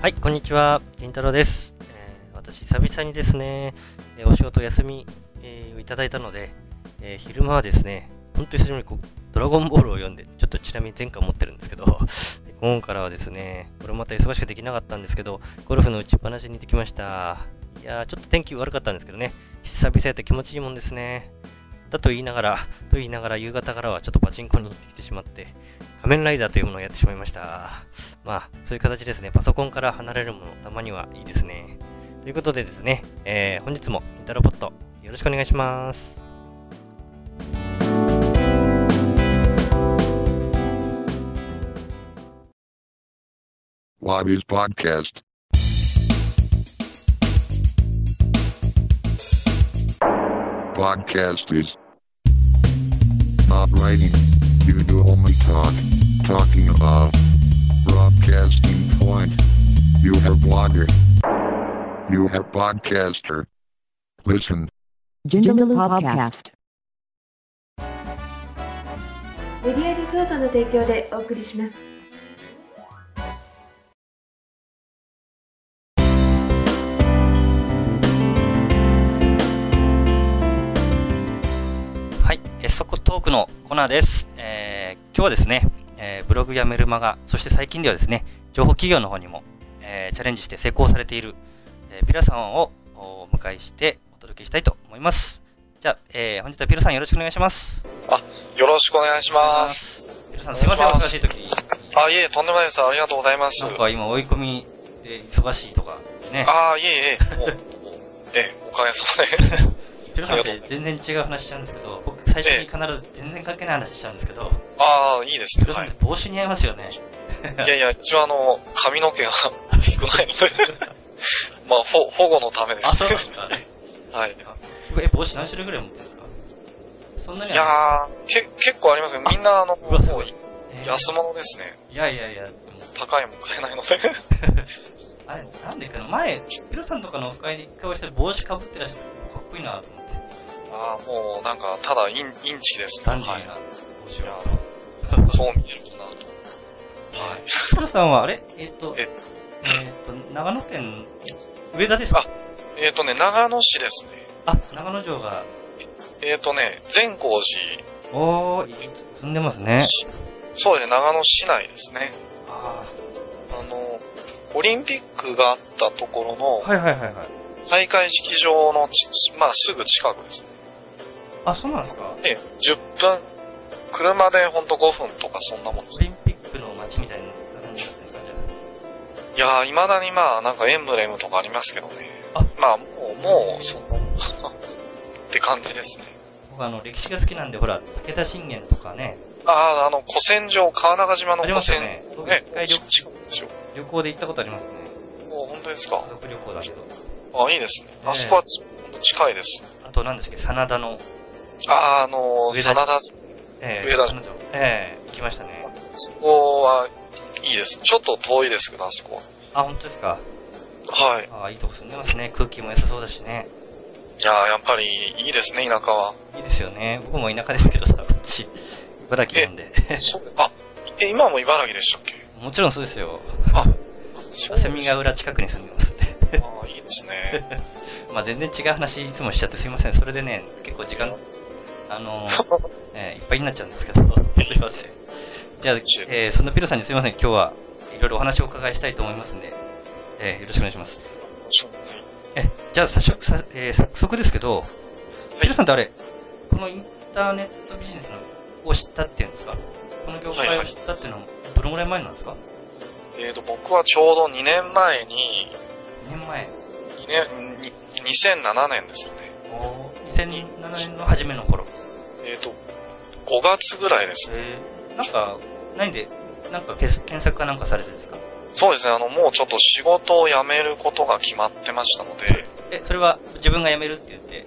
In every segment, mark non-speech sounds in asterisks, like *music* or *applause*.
はい、こんにちは、りんたろうです。えー私、久々にですね、えーお仕事休み、えーをいただいたので、えー昼間はですね、本当に久しぶりにこうドラゴンボールを読んで、ちょっとちなみに前回持ってるんですけど、 *laughs* 今からはですね、これまた忙しくできなかったんですけど、ゴルフの打ちっぱなしに行ってきました。いやー、ちょっと天気悪かったんですけどね、久々やって気持ちいいもんですね。だと言いながら、と言いながら夕方からはちょっとパチンコに行ってきてしまって、仮面ライダーというものをやってしまいました。まあ、そういう形ですね。パソコンから離れるもの、たまにはいいですね。ということでですね、えー本日もインタロボット、よろしくお願いします。 Wabi's Podcast. podcast is operating due to only talk, talking about broadcasting point. You have blogger. You have podcaster. Listen. Jindaloo Podcast. メディアリゾートの提供でお送りします。はい、結束トークのコーナーです。えー今日はですね、えーブログやメルマガ、そして最近ではですね、情報企業の方にも、えーチャレンジして成功されている、えーピラさんをおお迎えしてお届けしたいと思います。じゃあ、えー本日はピラさんよろしくお願いします。よろしくお願いします。す。ピラさんすいません、おお願い忙しますしい時に。あ、いえ、とんでもないです。ありがとうございます。なんか今追い込みで忙しいとか、ね。あ、いえいえ、もう、え、おかげさまで。 *laughs* ピロさんって全然違う話しちゃうんですけど、僕最初に必ず全然関係ない話しちゃうんですけど、ああ、いいですピね。ロさはんっい。て帽子似合いますよ *laughs* ね。いやいや、一応あの、髪の毛が少ないので、 *laughs* まあ、ほ保護のためであ、すそう。なんですか。はい。僕え、帽子何種類ぐらい持ってるんですかそんなにいはやー、け、結構ありますよ。みんな、あの、うわすごいないもうです安物ですね。えーいやいやいや、でも高いもん買えない *laughs* ので。あれ、なんでかな前、ピロさんとかのオフ会で一回お会いして帽子かぶってらっしゃって、かっこいいなと思って。ああ、もう、なんか、ただイン、インチキですね。ダンディはーいな。帽子を。いやはそう見えるかなと。い。はいピロさんは、あれえっと、ええっと、長野県、上田ですかえっ、ー、とね、長野市ですね。あ、長野城が、えっ、ー、とね、善光寺おー、い踏んでますね。しそうですね、長野市内ですね。ああの、オリンピックがあったところーの、はいはいはいはい。大会式場のち、まあ、すぐ近くですね。あ、そうなんですかで10分、車でほんと5分とかそんなもんでオすね。リンピックの街みたいな感じだったんですかじゃいやー、未だにまあ、なんかエンブレムとかありますけどねあ。まあ、もう、もう、そんな、って感じですね。あ。僕あの、歴史が好きなんで、ほら、武田信玄とかね、ああ、あの、古戦場、川中島のありま古すよ戦ね。僕ね一回旅ち近くですよ。旅行で行ったことありますね。お本当ですか家。族旅行だけど。あ、いいですね。あそこはち、ほんと近いです。あと、なんでしたっけ、真田の、あー、あのー、上田真田え上田真田城ええ行きましたね。そこはいいです。ちょっと遠いですけど、あそこあ、本当ですか。は。はい。あいいとこ住んでますね。空気も良さそうだしね。いやーやっぱりいいですね、田舎 *laughs* は。いいですよね。僕も田舎ですけどさ、こっち。茨城なんで。そうあ、え、今も茨城でしたっけもちろんそうですよ。あ、そうです霞ヶ浦近くに住んでますんで。あーいいですね。 *laughs* まあ全然違う話いつもしちゃってすいません。それでね、結構時間、あ *laughs* のーえーいっぱいになっちゃうんですけど、 *laughs* すいません。じゃあ、えーそんなピロさんにすいません。今日はいろいろお話をお伺いしたいと思いますんで、えーよろしくお願いします。そうえ、じゃあ早速、さえー早速ですけど、ピロさんってあれ、このインターネットビジネスのを知ったっていうんですかこの業界を知ったっていうのはどのぐらい前なんですか、えーと、僕はちょうど2年前に、 2年前。 2年、に2007年ですよね。おー2007年の初めの頃。えっ、と、5月ぐらいですね。えー、なんか、何で、なんか検検索かなんかされてですかそうですね、あの、もうちょっと仕事を辞めることが決まってましたので、え、それは自分が辞めるって言って。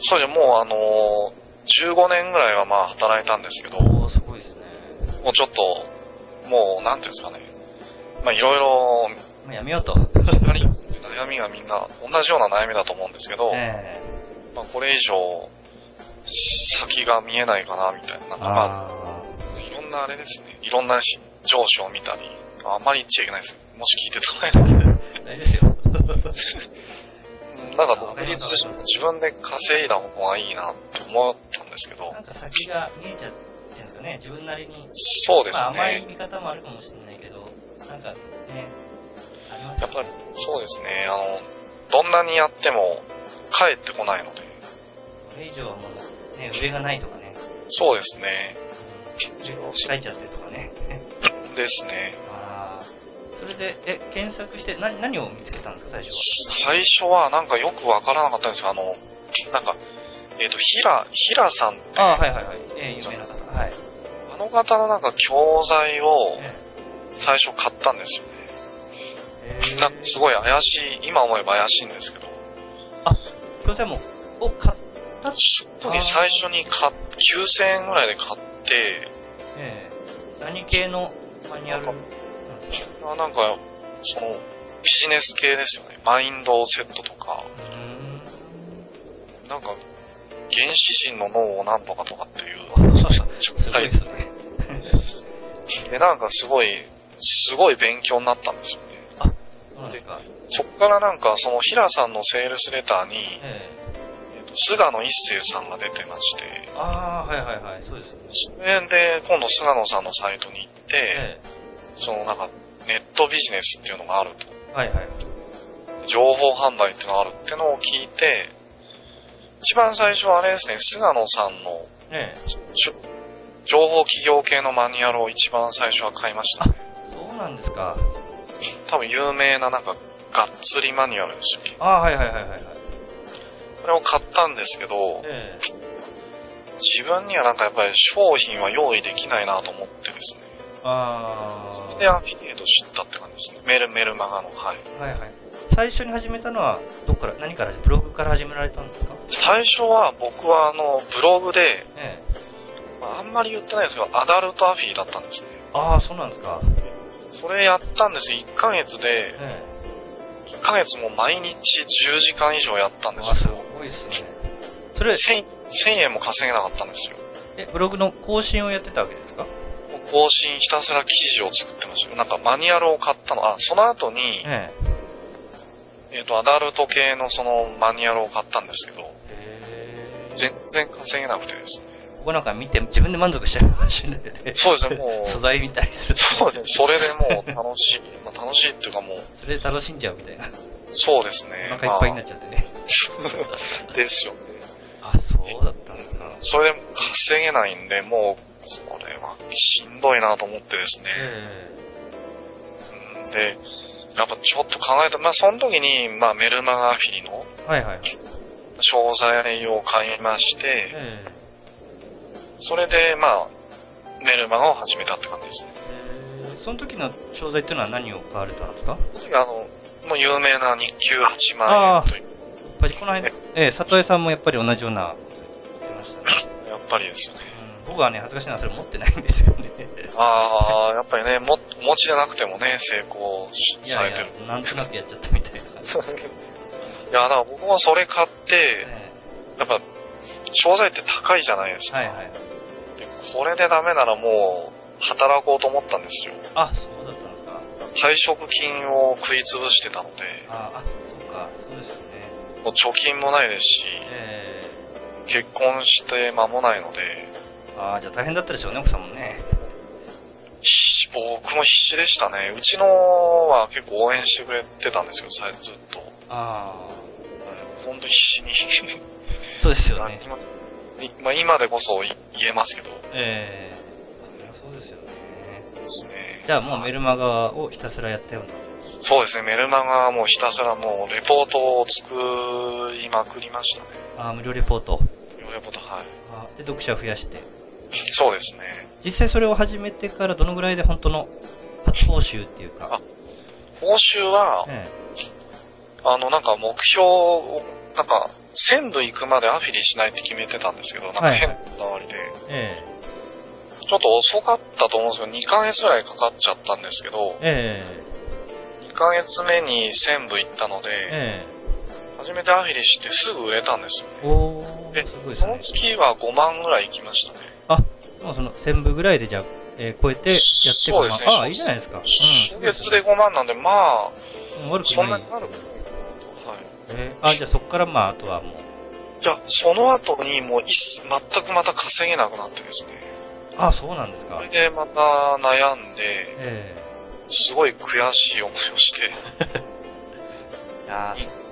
それでもうあのー15年ぐらいはまあ働いたんですけど、おー、すごいですね。もうちょっと、もう、なんていうんですかね。まあ、いろいろ、まあ、辞めようと。そんなに悩みがみんな、同じような悩みだと思うんですけど、 *laughs* ええまあ、これ以上、先が見えないかな、みたいな。なんかまあ、あいろんなあれですね。いろんなし上司を見たり、あんまり言っちゃいけないですよ。もし聞いてたら。うん大丈夫ですよ。なんかわか独り立ますし自分で稼いだ方がいいなって思ったんですけどな、んか先が見えちゃってんですかね、自分なりに。そうでまあす甘いね。見方もあるかもしれないけど、なんかね、ありますやよっぱり、そうですね。あの、どんなにやっても帰ってこないので、これ以上はもう、ね、上がないとかね、そうですね。上を書いちゃってるとかね。ですね。ああ。それで、え、検索して、な、何を見つけたんですか、最初最初はなんかよくわからなかったんですよ。あの、なんか、えっ、と、ひら、ひらさんって、は。ああ、はいはいはい。えー有名な方。はい。あの方のなんか教材をえ最初買ったんですよね。えなんかすごい怪しい、今思えば怪しいんですけど、教材も、を買ったっ特に最初に買っ、9000円ぐらいで買って、ええ何系のマニュアルななんんかですかまあなんか、その、ビジネス系ですよね。マインドセットとか、うーん。なんか、原始人の脳をなんとかとかっていう *laughs* *laughs* すごいですね。で、なんかすごい、すごい勉強になったんですよね。そうなんですか。そっからなんか、その、平さんのセールスレターに、えええっと菅野一生さんが出てまして、ああ、はいはいはい。そうですよね。それで、今度菅野さんのサイトに行って、えそのなんか、ネットビジネスっていうのがあると。えはいはい。情報販売っていうのがあるってのを聞いて、一番最初はあれですね、菅野さんのええしょ情報企業系のマニュアルを一番最初は買いましたね。そうなんですか。多分有名ななんか、がっつりマニュアルでしたっけああ、はいはいはいはいはい。これを買ったんですけど、ええ自分にはなんかやっぱり商品は用意できないなと思ってですね。ああ。で、アフィリエイト知ったって感じですね。メルメルマガの、はい。はいはい。最初に始めたのは、どっから、何から、ブログから始められたんですか最初は僕はあの、ブログで、ええ。まああんまり言ってないですけど、アダルトアフィだったんですね。ああ、そうなんですか。それやったんですよ。1ヶ月で、ええ。 1ヶ月も毎日10時間以上やったんであ、すすよ。ごいっすね。それ、 1000 1000円も稼げなかったんですよ。え、ブログの更新をやってたわけですかもう更新ひたすら記事を作ってましたよ。なんかマニュアルを買ったの。あ、その後に、ええ。えっ、と、アダルト系のそのマニュアルを買ったんですけど、へえ。全然稼げなくてですね。ここなんか見て、自分で満足しちゃうかもしれないね。そうですね、も *laughs* う。素材見たりすると。そうですね。それでもう楽しい。まあ、楽しいっていうかもう、それで楽しんじゃうみたいな。そうですね。お腹いっぱいになっまちゃってね。あ *laughs* ですよね。あ、そうだったんですか。それでも稼げないんで、もう、これはしんどいなと思ってですね。えうんで、やっぱちょっと考えた、まあその時に、まあメルマガフィーのえ。はいはいはい。商材を買いまして、えそれでまあ、メルマガを始めたって感じですね。え。その時の商材っていうのは何を買われたんですかその時あの、もう有名な日給8万円という、やっぱりこの間、ええ、里江さんもやっぱり同じようなこと言ってましたね。やっぱりですよね。うん僕はね、恥ずかしいな、それ持ってないんです *laughs* よね。ああ、やっぱりね、も、お持ちでなくてもね、成功しいさやれいてる。や、なんとなくやっちゃったみたいな感じですけど。いや、だから僕もそれ買って、えやっぱ、商材って高いじゃないですえか。はいはい。でこれでダメならもう、働こうと思ったんですよ。あ、そうだったんですか。退職金を食い潰してたので、あ、あ、そっか、そうですよね。もう貯金もないですし、ええ結婚して間もないので、ああ、じゃあ大変だったでしょうね、奥さんもね。必死僕も必死でしたね。うちのは結構応援してくれてたんですよ、さずっと。ああ、うん、本当に必死に。そうですよね。今まあ、今でこそ言えますけど、ええそれはそうですよね。ですね。じゃあもうメルマガをひたすらやったような。そうですね、メルマガはもうひたすらもうレポートを作りまくりましたね。ああ、無料レポート。レポート、はい。あーで、読者を増やして。そうですね。実際それを始めてからどのぐらいで本当の初報酬っていうか。報酬は、えあの、なんか目標を、なんか、1000部行くまでアフィリしないって決めてたんですけど、なんかはい変なこだわりで、えええちょっと遅かったと思うんですけど、2ヶ月ぐらいかかっちゃったんですけど、え2ヶ月目に1000部行ったので、ええ初めてアフィリしてすぐ売れたんですよ。おえー、すごいでそすのね。月は5万ぐらい行きましたね。もうその1000部ぐらいでじゃあえー超えてやっていくそうですねああ、いいじゃないですか。うん、初月そうで5万なんで、まあ、すねうん悪くそんなないにですなよる。はい。えーあ、じゃあそこからまあ、あとはもう、いや、その後にもう一切全くまた稼げなくなってですね。ああ、そうなんですかそれ。でまた悩んで、えすごい悔しい思い *laughs* をしてえいやー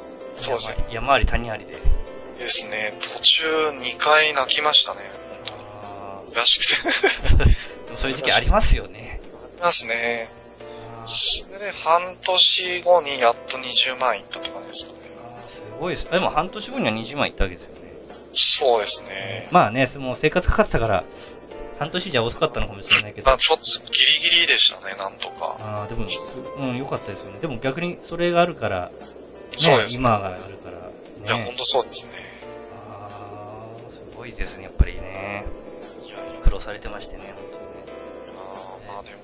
そうですね山あり山あり谷ありで。ですね、途中2回泣きましたね。本あ当に。悔しくて。 *laughs* ーでもそういう時期ありますよね。ありますね。あーそれで半年後にやっと20万いったって感じですかね。あーすごいです。あでも半年後には20万いったわけですよね。そうですね。まあね、もう生活かかってたから、半年じゃ遅かったのかもしれないけど。まあちょっとギリギリでしたね、なんとか。ああ、でも、すうん、良かったですよね。でも逆にそれがあるから、そうねで、すね。今があるから、いや、ね本。当そうですね。ああ、すごいですね、やっぱりね。いやいや、苦労されてましてね、本当にね。あーまあでも、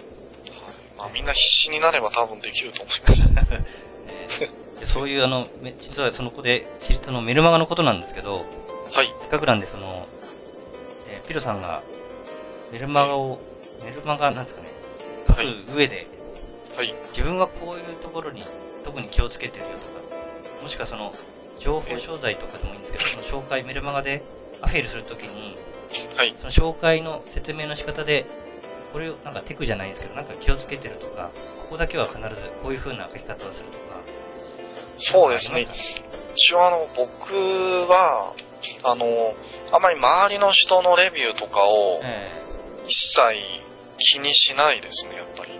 はい、まあみんな必死になれば多分できると思い *laughs* ます。えーでそういう、あの、め実はその子で知りたのメルマガのことなんですけど、はい。せっかくなんで、その、えーピロさんが、メルマガを、メルマガなんですかね、書はいく上で、はい。自分はこういうところに特に気をつけてるよとか、もしくはその、情報商材とかでもいいんですけど、その紹介、メルマガでアフィールするときに、はい。その紹介の説明の仕方で、これをなんかテクじゃないですけど、なんか気をつけてるとか、ここだけは必ずこういう風な書き方をするとか。そうですなねんかあ。りますか一応あの、僕は、あの、あまり周りの人のレビューとかをえ一切気にしないですね、やっぱり。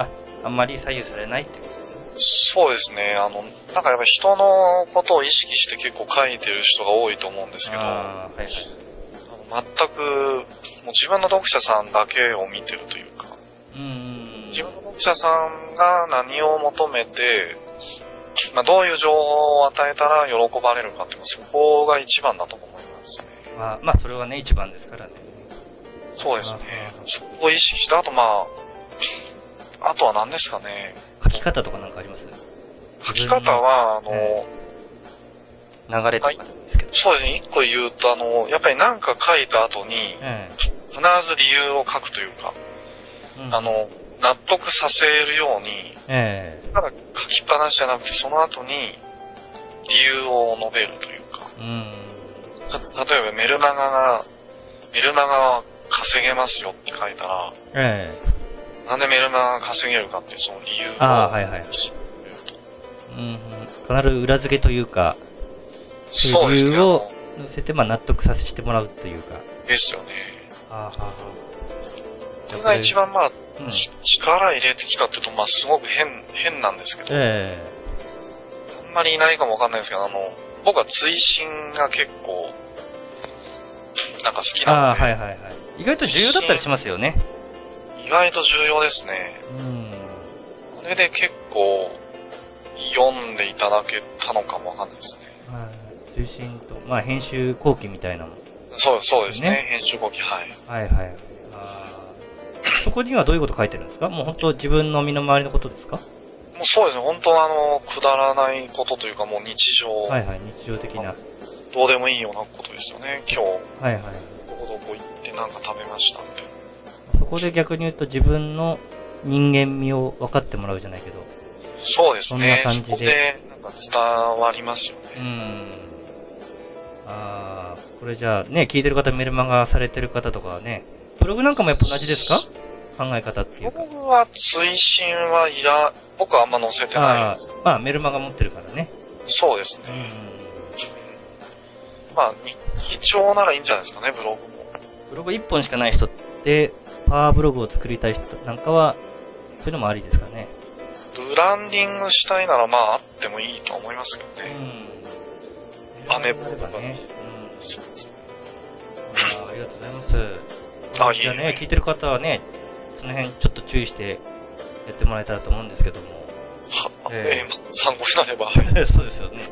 えあんまり左右されないってことですね。そうですね。あの、なんかやっぱ人のことを意識して結構書いてる人が多いと思うんですけど、あああ、はいはい。の全く、もう自分の読者さんだけを見てるというか、うんうんうん。自分の読者さんが何を求めて、まあ、どういう情報を与えたら喜ばれるかっていうのはそこが一番だと思いますね。まあ、まあ、それはね、一番ですからね。そうですね。そこを意識して、あとまあ、あとは何ですかね。書き方とかなんかあります書き方は、あの、え流れとかでもいいですけど。そうですね、一個言うと、あの、やっぱり何か書いた後に、え必ず理由を書くというか、えうんあ、の、納得させるように、ええただ書きっぱなしじゃなくて、その後に理由を述べるというか、うん。た例えばメルマガが、メルマガは稼げますよって書いたら、ええなんでメルマガが稼げるかっていうその理由を、ああ、はいはい。しうんうん。必ず裏付けというか、そうです理ね。由をあ乗せて、まあ、納得させてもらうというか。のですよね。ああ、はそれが一、番まあ、うん、ち力入れてきたって言うと、まあすごく変、変なんですけど、えあんまりいないかもわかんないですけど、あの、僕は追伸が結構、なんか好えきあなあ、ので、はいはいはい。意外と重要だったりしますよね。意外と重要ですね。うん。これで結構、読んでいただけたのかもわかんないですね。はい通信と、まあ、編集後期みたいなの。そう、そうですね。ね編集後期、はい。はいはい。ああそこにはどういうこと書いてるんですかもう本当自分の身の回りのことですかもうそうですね。本当はあの、くだらないことというか、もう日常、はいはい、日常的な。どうでもいいようなことですよね。今日、はいはい。どこどこ行ってなんか食べましたみたいな。そこで逆に言うと自分の人間味を分かってもらうじゃないけど。そうですね。そんな感じでこで、なんか伝わりますようね。ん。ああ、これじゃあね、聞いてる方、メルマガされてる方とかはね、ブログなんかもやっぱ同じですか考え方っていうか。僕は追伸はいら、僕はあんま載せてないああです。、まあメルマガ持ってるからね。そうですうんね。。まあ、日常ならいいんじゃないですかね、ブログも。ブログ1本しかない人って、パワーブログを作りたい人なんかは、そういうのもありですかね。ブランディングしたいならまああってもいいと思いますけどね。うん。アメブブロロとグかねね。うん。そうですあーありがとうございます。あじゃあいえいねえ、聞いてる方はね、その辺ちょっと注意してやってもらえたらと思うんですけども。はええーまあ参考になれば。*laughs* はそうですよね。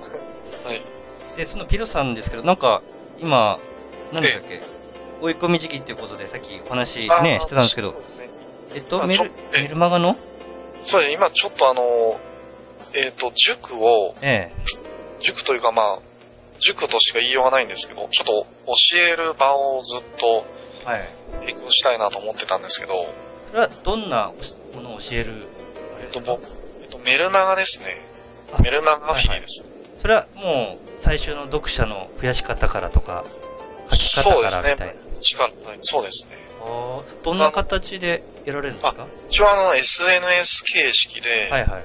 い。で、そのピロさんですけど、なんか、今、何でしたっけ、追い込み時期っていうことで、さっきお話ね、あーしてたんですけどそう、ですねえっと、あメちょル、えメルマガのそうですね、今ちょっとあの、えっ、と、塾を、え塾というかまあ、塾としか言いようがないんですけど、ちょっと教える場をずっとえ。はい。提供したいなと思ってたんですけど、れはどんなおしものを教えるあえれっでと、すかぼえっと、メルマガですねあ。メルマガフィーです。それはもう最終の読者の増やし方からとか、書き方からみたいな。力、はいそうですね。あーどんな形でやられるんですか一応あの、SNS 形式はで、いはい。ま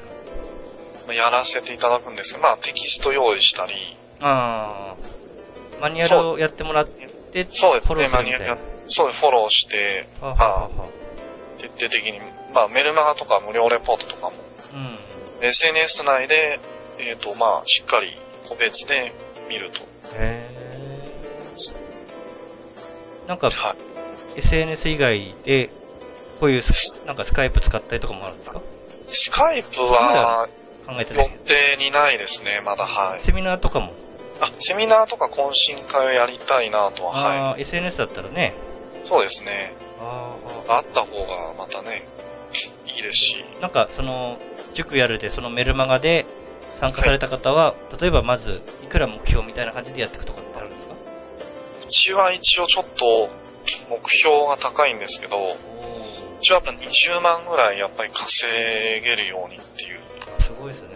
あやらせていただくんですけど、まあ、テキスト用意したり、ああ、マニュアルをやってもらって、フそうですォローね、すマるニみュたアいルなや。そうです、フォローして、あはあはあは徹底的に、まあ、メルマガとか無料レポートとかも、あうん。 SNS 内で、えっ、と、まあ、しっかり個別で見ると。へえ。なんか、はい。 SNS 以外で、こういうス、なんかスカイプ使ったりとかもあるんですかスカイプは、考えてな予い。定にないですね、まだ、はい。セミナーとかも、あ、セミナーとか懇親会をやりたいなとは、はああ、SNS だったらね。い。そうですね。ああ、あった方がまたね、いいですし、なんか、その、塾やるで、そのメルマガで参加された方は、例えばまず、いくら目標みたいな感じでやっていくとかってあるんですかうちは一応ちょっと目標が高いんですけど、うおお。ちはやっぱ20万ぐらいやっぱり稼げるようにっていうあすごいですね。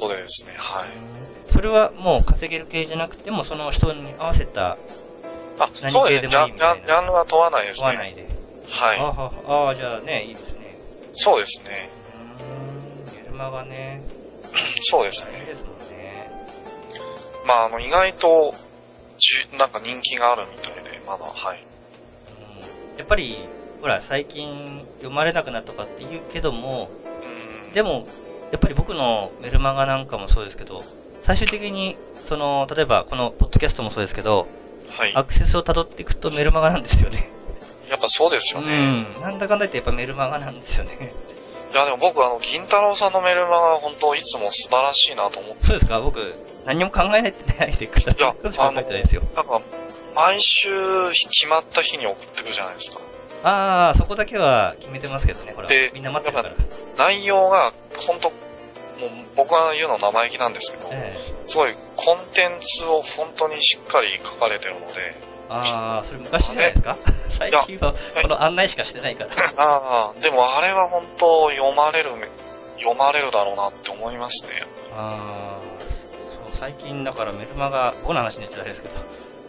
ことでですね、はい。それはもう稼げる系じゃなくても、その人に合わせたあ、何そうで系ですね、ジもャいいンみジたいなャンジャンルは問わないです問わなね。いで。はい。あははあ、じゃあね、いいですね。そうですね。うーん、メルマガね、そうです大変ね。ですもんね。まあ、あの、意外と、じゅ、なんか人気があるみたいで、まだ、はい。うん、やっぱり、ほら、最近読まれなくなったとかって言うけども、うん。でも、やっぱり僕のメルマガなんかもそうですけど、最終的に、その、例えばこのポッドキャストもそうですけど、はい。アクセスを辿っていくとメルマガなんですよね。やっぱそうですよね。うん。なんだかんだ言ってやっぱメルマガなんですよね。 *laughs* いや、でも僕、あの、銀太郎さんのメルマガは本当いつも素晴らしいなと思って、そうですか僕、何も考えないってないでください。いやそう考えてないですよ。なんか、毎週決まった日に送ってくじゃないですか。ああ、そこだけは決めてますけどね、ほらで。みんな待ってるから。内容が、本当もう僕が言うのは生意気なんですけど、ええ。すごいコンテンツを本当にしっかり書かれてるので、 *laughs* ああ、それ昔じゃないですか *laughs* 最近は、この案内しかしてないから。ああ、でもあれは本当読まれるめ、読まれるだろうなって思いますね。ああ、そう、最近だからメルマガ、僕の話になっちゃあれですけど、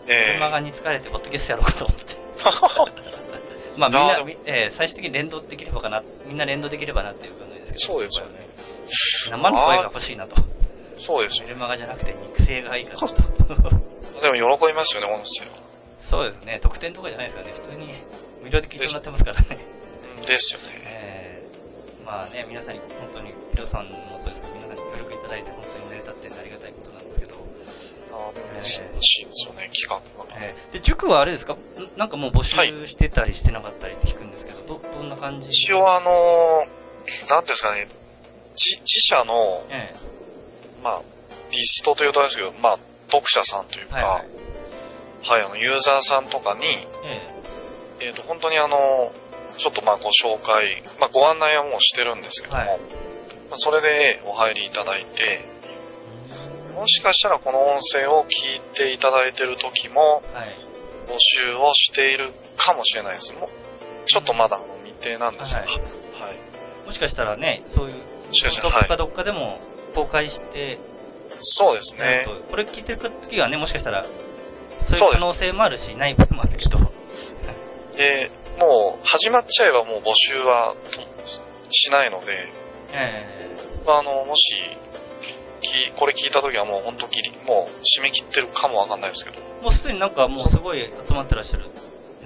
メえルえマガに疲れてポッドキャストやろうかと思って。 *laughs* まあみんいやなでもみ、ええ最終的に連動できればかな、みんな連動できればなっていう感じですけど。そうですよね生の声が欲しいなと。そうですよメ。ルマガじゃなくて肉声がいいかなと。でも喜びますよね、音声は。そうですね、特典とかじゃないですからね、普通に無料で聞いてもらってます *laughs* からね。うんですよね。えーまあね、皆さんに、本当に、ヒロさんもそうですけど、皆さんに協力いただいて、本当に成り立ってんでありがたいことなんですけど、ああ、でも素晴らしいですよね、企画が。えーで、塾はあれですかんなんかもう募は集いしてたりしてなかったりって聞くんですけど、ど、どんな感じ一応あのー、なんていうんですかね、自、自社の、えまあ、リストというとあれですけど、まあ、読者さんというえか、はい、はい。はい、あの、ユーザーさんとかに、ええっ、と、本当にあの、ちょっとまあご紹介、まあご案内はもうしてるんですけども、はいまあそれでお入りいただいて、えもしかしたらこの音声を聞いていただいてる時もはい。募集をしているかもしれないです。もうちょっとまだあの未定なんですが、ははいい、もしかしたらね、そういう、もしかしたどらっはいかどっかでも公開してそうですやねると、。これ聞いてる時はね、もしかしたら、そういう可能性もあるし、ない場合もあるけど、で、もう始まっちゃえばもう募集はとしないので、ええまあ、あの、もし、きこれ聞いた時はもう本当ギリ、もう締め切ってるかもわかんないですけど、もうすでになんかもうすごい集まってらっしゃる。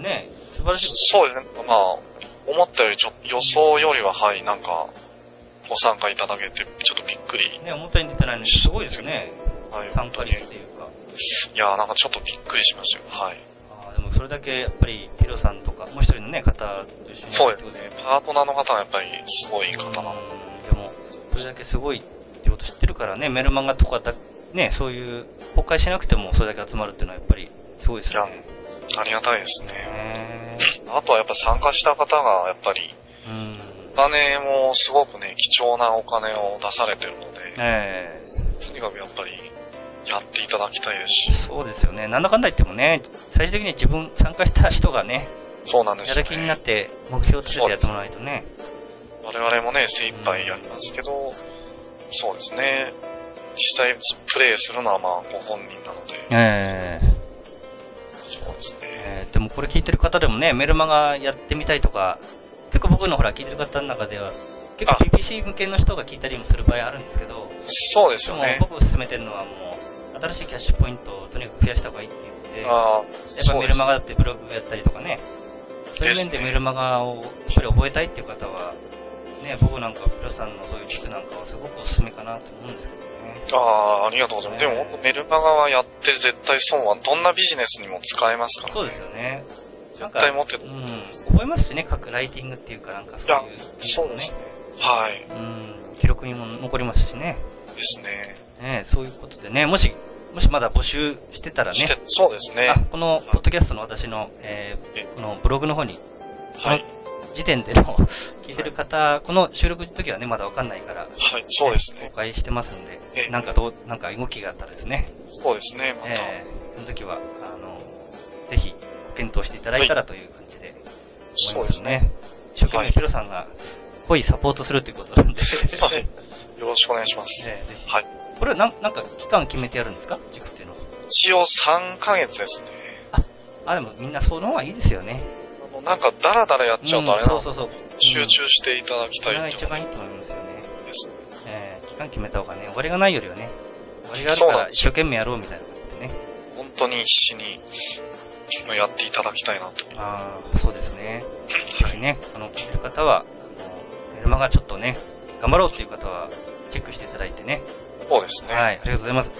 ね素晴らしいそうですね。まあ、思ったよりちょっと予想よりは、はい、なんか、ご参加いただけて、ちょっとびっくり。ね、表に出てないのにすごいですね。はい、参加率本というか。当にいやー、なんかちょっとびっくりしましたよ。はい。あーでもそれだけやっぱりヒロさんとか、もう一人のね、方と一緒にそうやるでってすことね。パートナーの方はやっぱりすごい方なの。うんでも、それだけすごいってこと知ってるからね、メルマガとかだ、ね、そういう、公開しなくてもそれだけ集まるっていうのはやっぱりすごいですよね。ありがたいですね。ねあとはやっぱ参加した方が、やっぱり、うん。お金もすごくね、貴重なお金を出されてるので、えとにかくやっぱり、やっていただきたいですえし、そうですよね。なんだかんだ言ってもね、最終的に自分、参加した人がね、そうなんでやすよ、る気になねっ。て目標立ててやってもらわないとね。我々もね、精一杯やりますけど、そうですね。実際プレイするのはまあご本人なので、えそうですえね。ええでもこれ聞いてる方でもね、メルマガやってみたいとか、結構僕のほら聞いてる方の中では、結構あ PPC 向けの人が聞いたりもする場合あるんですけど、そうですでよもね。僕勧めてるのはもう、新しいキャッシュポイントをとにかく増やした方がいいって言って、やっああ、ぱそうメでルすマガだってブログやったりとかね、そういう面でメルマガをやっぱり覚えたいっていう方は、ね、僕なんかプロさんのそういう塾なんかはすごくおすすめかなと思うんですけどね。ああ、ありがとうございます。でねも僕メルマガはやって絶対損はどんなビジネスにも使えますから、そうですよね。なんか絶対持ってた。うん、覚えますしね、書くライティングっていうかなんかそういう、そうですね。はい。うん、記録にも残りますしね。ですね。ねそういうことでね、もし、もしまだ募集してたらねし、てそうですねあ。このポッドキャストの私の、えーえこのブログの方に、はい。時点での聞いてる方、この収録の時はね、まだわかんないから、はい。そうですね公。開してますんで、ええなんかどう、なんか動きがあったらですね、そうですね。また、えーその時は、あの、ぜひご検討していただいたらという感じで、そ思ういまですすね。ね。一生懸はい命ピロさんが濃いサポートするということなんで、 *laughs* *laughs* はい。よろしくお願いします。えーぜひ。はいこれはなんなんか期間決めてやるんですか塾っていうのは。一応3ヶ月ですね。あ、でもみんなその方がいいですよね。あのなんかダラダラやっちゃうとあれなそのうそうそう。集中していただきそたれがいって一思番いいと思いますよね。うんですね。えー期間決めた方がね、終わりがないよりはね、終わりがあるかそうならんです一生懸命やろうみたいな感じでね。本当に必死にやっていただきたいなと。ああ、そうですね。ぜひね、あの、聞いてる方は、あのメルマガちょっとね、頑張ろうっていう方は、チェックしていただいてね。そうですね。はい、ありがとうございます。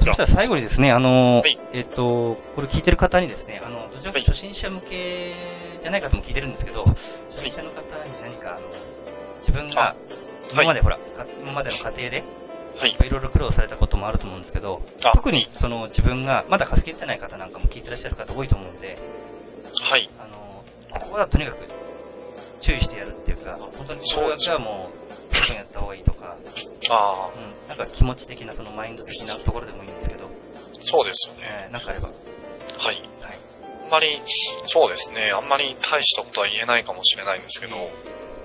そしたら最後にですね、あの、はいえっと、これ聞いてる方にですね、あの、どちらかというと初心者向けじゃない方も聞いてるんですけど、初心者の方に何か、あの、自分あが、は今までほら、か今までの過程で、はい。いろいろ苦労されたこともあると思うんですけど、あ特にその自分がまだ稼げてない方なんかも聞いてらっしゃる方多いと思うんで、はい。あの、ここはとにかく注意してやるっていうか、本当にこれはもう、どんどんやった方がいいとか、ああ、うん、なんか気持ち的な、そのマインド的なところでもいいんですけど、そうですよね。えー、なんかあれば。ははい。い。あんまり、そうですね。あんまり大したことは言えないかもしれないんですけど、やっ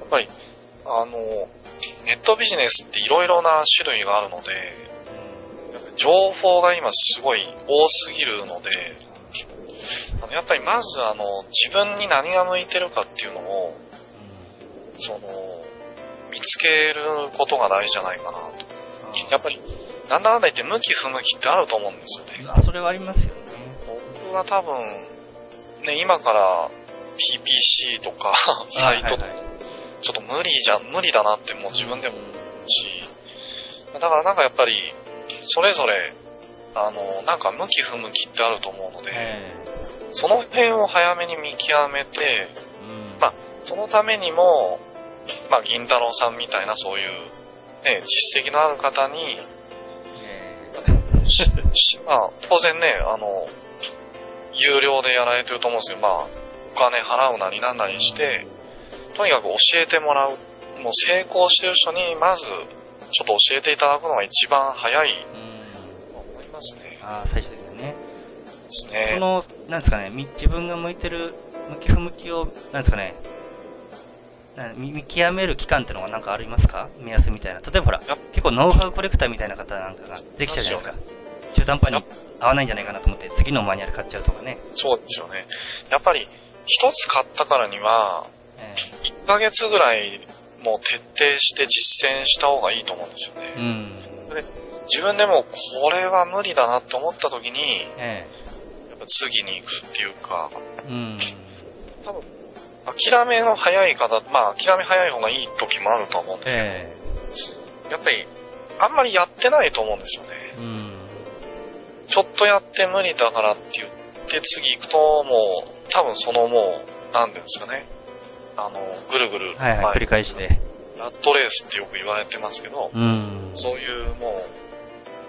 ぱり、あの、ネットビジネスっていろいろな種類があるので、う情報が今すごい多すぎるので、あのやっぱりまずあの、自分に何が向いてるかっていうのを、ん。うんその、見つけることが大事じゃないかなと。やっぱり、なんだかんだ言って向き不向きってあると思うんですよね。あ、それはありますよね。僕は多分、ね、今から PPC とか、サイトとあかはいはいちょっと無理じゃ、無理だなってもう自分でも思うし、だからなんかやっぱり、それぞれ、あの、なんか向き不向きってあると思うので、えその辺を早めに見極めて、えうん。まあそのためにも、まあ、銀太郎さんみたいなそういう、ね、実績のある方に、えししまあ、当然ね、あの、有料でやられてると思うんですけど、まあ、お金払うなりなんなりして、とにかく教えてもらう。もう成功してる人に、まず、ちょっと教えていただくのが一番早いえうん。と思いますね。であー最終的にね。すね。その、なんですかね、み自分が向いてる、向き不向きを、なんですかね、な見見極める期間ってのがなんかありますか目安みたいな。例えばほらや、結構ノウハウコレクターみたいな方なんかができちゃうじゃないですか。中途半端に合わないんじゃないかなと思って、次のマニュアル買っちゃうとかね。そうですよね。やっぱり、一つ買ったからには、え1ヶ月ぐらい、もう徹底して実践した方がいいと思うんですよえうね。ん。自分でも、これは無理だなって思った時に、えやっぱ次に行くっていうか、えうん。諦めの早い方、まあ諦め早い方がいい時もあるとは思うんですけど、えやっぱりあんまりやってないと思うんですよえね。うん。ちょっとやって無理だからって言って次行くともう多分そのもう、なんていうんですかね。あの、ぐるぐる、はいまはあい、繰り返し。で。ラットレースってよく言われてますけど、うん。そういうもう、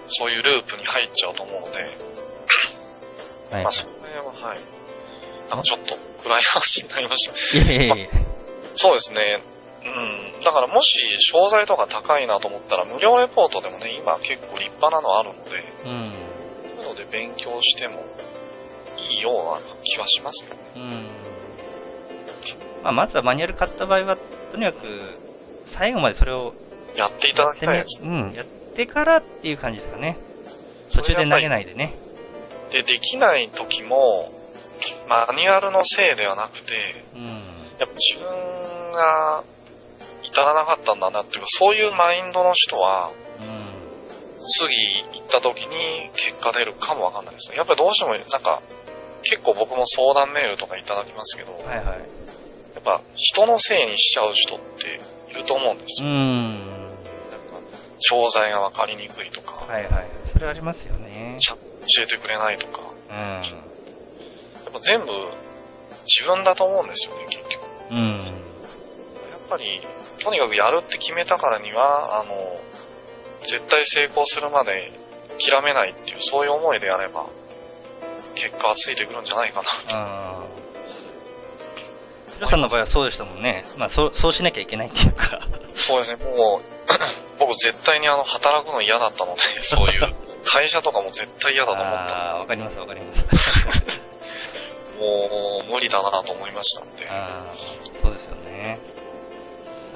そういうループに入っちゃうと思うので、はいまあ。その辺ははい。なんかちょっと暗い話になりました。いやいやいやそうですね。うん。だからもし、商材とか高いなと思ったら、無料レポートでもね、今結構立派なのあるので、うん。そういうので勉強してもいいような気はしますよね。うん。まあ、まずはマニュアル買った場合は、とにかく、最後までそれをやっていたやだっきてたいみで、す。うん、やってからっていう感じですかね。途中で投げないでね。で、できない時も、マニュアルのせいではなくて、うん。やっぱ自分が至らなかったんだなっていうか、そういうマインドの人は、う次行った時に結果出るかもわかんないですね。やっぱりどうしても、なんか、結構僕も相談メールとかいただきますけど、ん。はいはい。やっぱ人のせいにしちゃう人っていると思うんですうよ。ん。なんか、商材がわかりにくいとか、はいはい。それありますよね。ちゃんと教えてくれないとか、うやっぱ全部自分だと思うんですよね、結局。ん。うん。やっぱり、とにかくやるって決めたからには、あの、絶対成功するまで諦めないっていう、そういう思いでやれば、結果はついてくるんじゃないかな。あーヒロさんの場合はそうでしたもんね。まあ、そう、そうしなきゃいけないっていうか。そうですね、もう、 *clears throat* 僕絶対にあの、働くの嫌だったの *laughs* で、そういう、会社とかも絶対嫌だと思ったああ、わかりますわかります。ので、もう、無理だなと思いましたんで、あーそうですよね。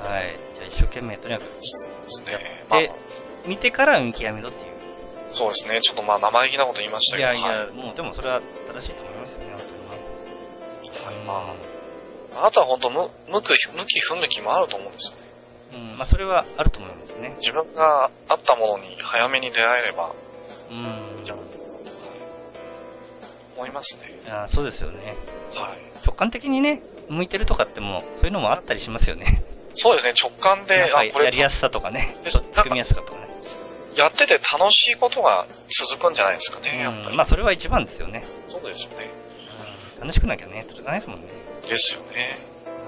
はい。じゃあ一生懸命とにかくですね。まあやっ、て、見てから見極めろっていう。そうですね、ちょっとまあ、生意気なこと言いましたいけやど、いはや、いもうでもそれは正しいと思いますよね、本当にね。まあ、あとは本当む、向く、向き不向きもあると思うんですよね。うん、まあそれはあると思いますね。自分があったものに早めに出会えれば、うん。じゃあ思いますね。あーそうですよね。はい。直感的にね、向いてるとかっても、そういうのもあったりしますよね。そうですね、直感なんで、かあ、これやりやすさとかね、ですとっつくみやすさとかね。やってて楽しいことが続くんじゃないですかね、やっぱうん、り。まあそれは一番ですよね。そうですよね。うん楽しくなきゃね、続かないですもんね。ですよね。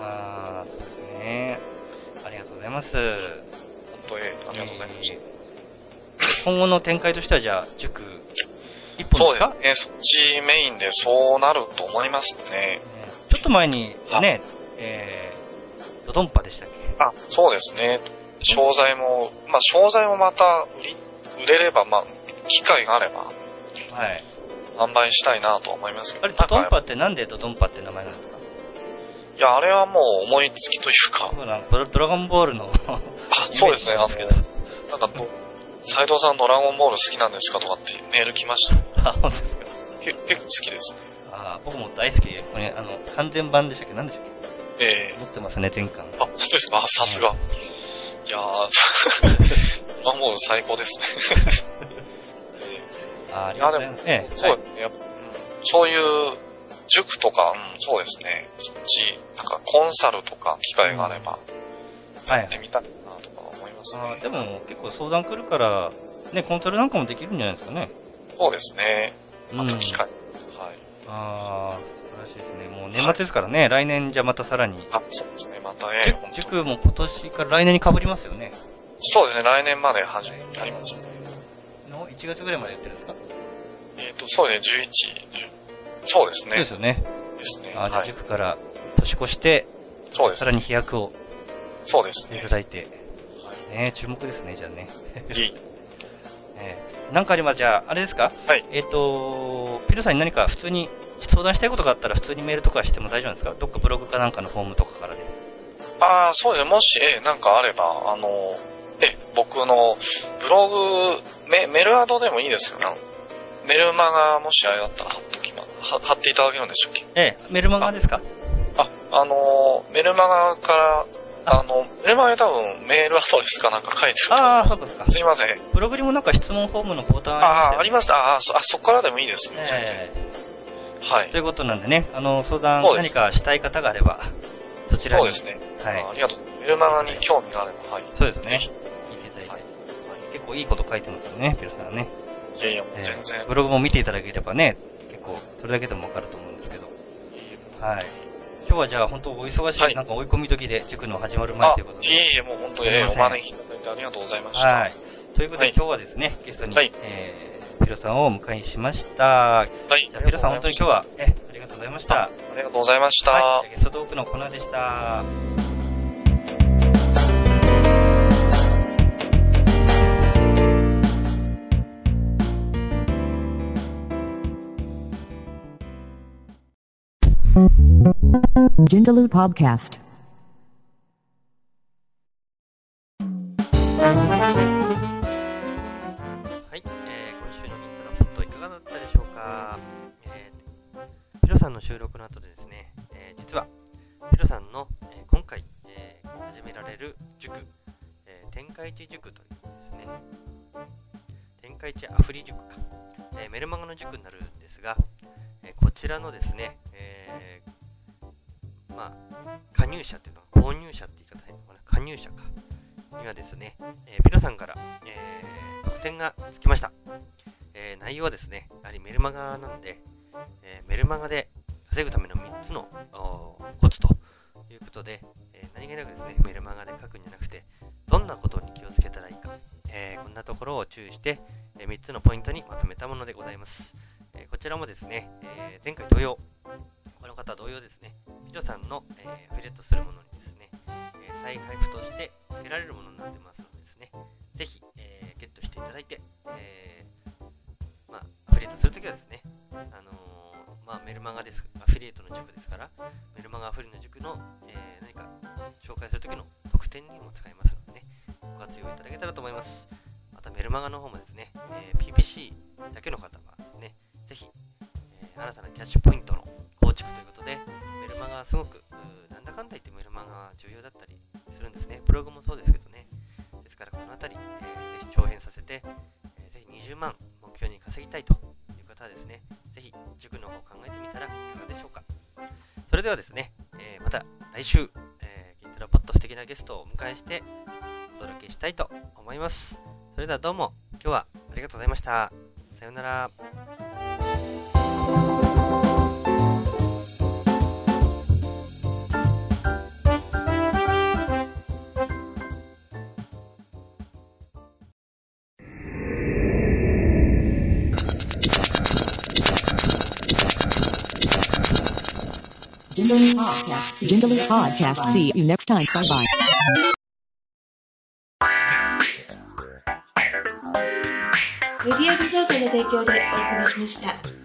ああ、そうですね。ありがとうございます。本当に、ありがとうございました。えー今後の展開としては、じゃあ、塾、一本ですかそうですね、そっちメインでそうなると思いますね。ねちょっと前にね、えー、ドドンパでしたっけあ、そうですね。商材も、まあ、商材もまた売り、売れれば、まあ、機会があれば、はい。販売したいなとは思いますけど。あれ、ドドなンんかパってなんでドドンパって名前なんですかいや、あれはもう思いつきとい *laughs* うか、僕なんかドラドラゴンボールのイメあ、 *laughs* そーうでジすね、なんあですけど。の、なんかと、斎藤さんドラゴンボール好きなんですかとかってメール来ました。あ、本当ですか。け結構好きですね。あー僕も大好きで、これ、あの、完全版でしたっけ何でしたっえけえ持ってますね、全巻。あ、本当ですかあさすが。いやー、 *laughs* まあもう最高ですね。 *laughs* あーありがとうございます。えええーそうはいですね、やっぱ、うんそういう塾とか、うん、そうですね。そっち、なんかコンサルとか機会があれば、はいやってみたいなとか思いますね。あーでも、結構相談来るから、ね、コンサルなんかもできるんじゃないですかね。そうですね。うん。また機会。はい。ああ、素晴らしいですね。もう年末ですからね、来年じゃまたさらに。あ、そうですね。また、ええ塾本当塾も今年から来年に被りますよね。そうですね、来年まで始めてありますね。の1月ぐらいまでやってるんですか、えっ、と、そうですね、11、10そうですそうねで。すよね。ですね。あーじゃあはい。塾から年越して、そうでさすら。に飛躍をそうですしていねた。だいて、はね、注目ですね、じゃあね。*laughs* い。いいえーなんかあります、じゃあ、あれですかはいえっ、と、ピロさんに何か普通に相談したいことがあったら普通にメールとかしても大丈夫なんですかどっかブログかなんかのフォームとかからで。ああ、そうですね。もし、えーなんかあれば、あのー、えー僕のブログ、メメルアドでもいいですよ。なんメルマガ、もしあれだったら貼っときます。は貼っていただけるんでしょうっけええメルマガですかあ、あのー、メルマガから、ああの、メルマガに多分メールアドレスかなんか書いてるとあ思いまあ、そすう。かそうか。すいません。ブログにもなんか質問フォームのボタンああー、あありりまましす。あーそあ、そこからでもいいですたよ。よ全ね。然。えはいえ。ということなんでね、あの、相談そうで何すかしたい方があれば、そちらに。そうですね。はいあ。ありがとう。メルマガに興味があれば、はい。そうですぜねひ。。見ていただいて。はい結構いいこと書いてますよね、ピロさんはね。いやいや、もうえ全然ー、ブログも見ていただければね、結構、それだけでもわかると思うんですけど。はい。今日はじゃあ、本当お忙しい、はいなんか追い込み時で、塾の始まる前あということ、で。いえいえ、もう本当に、ええおすいません招きいただいてありがとうございました。はい。ということで、はい今日はですね、ゲストに、はいえー、ピロさんをお迎えしました。はい。じゃあ、ピロさん本当に今日は、え、ありがとうございました。ありがとうございました。はい。じゃあゲストトークのコーナーでした。 Jindaloo Podcast. はい、えー今週のイントロポットいかがだったでしょうか、えーピロさんの収録の後でですね、えー実はピロさんの、えー今回、えー始められる塾、えー天下一塾というですね天下一アフリ塾か、えーメルマガの塾になるんですが、えーこちらのですね、えーまあ加入者というのは購入者って言い方変なのかな加入者かにはですね、えーピロさんから、えー特典がつきました、えー内容はですねやはりメルマガなので、えーメルマガで稼ぐための3つのおーコツということで、えー何気なくですねメルマガで書くんじゃなくてどんなことに気をつけたらいいか、えーこんなところを注意して、え3つのポイントにまとめたものでございます、えーこちらもですね、えー前回同様この方同様ですねピロさんの、えーアフィリエットするものにですねえー再配布として付けられるものになってますのでですね、ぜひ、えーゲットしていただいて、えーまあ、アフィリエイトするときはですね、あのーまあ、メルマガです、アフィリエイトの塾ですから、メルマガアフリの塾の、えー何か紹介するときの特典にも使えますのでね、ご活用いただけたらと思います。またメルマガの方もですね、えー PPC だけの方はですね、ぜひ、えー新たなキャッシュポイントの構築ということで、メルマガはすごくうーなんだかんだ言ってメルマガは重要だったりするんですねブログもそうですけどねですからこの辺り、えーぜひ長編させて、えーぜひ20万目標に稼ぎたいという方はですねぜひ塾の方を考えてみたらいかがでしょうかそれではですね、えーまた来週、えー、キントラポット素敵なゲストをお迎えしてお届けしたいと思いますそれではどうも今日はありがとうございましたさようなら Jindaloo Podcast. Jindaloo Podcast. See you next time. Bye bye. Podcast メディアリゾートの提供でお送りしました。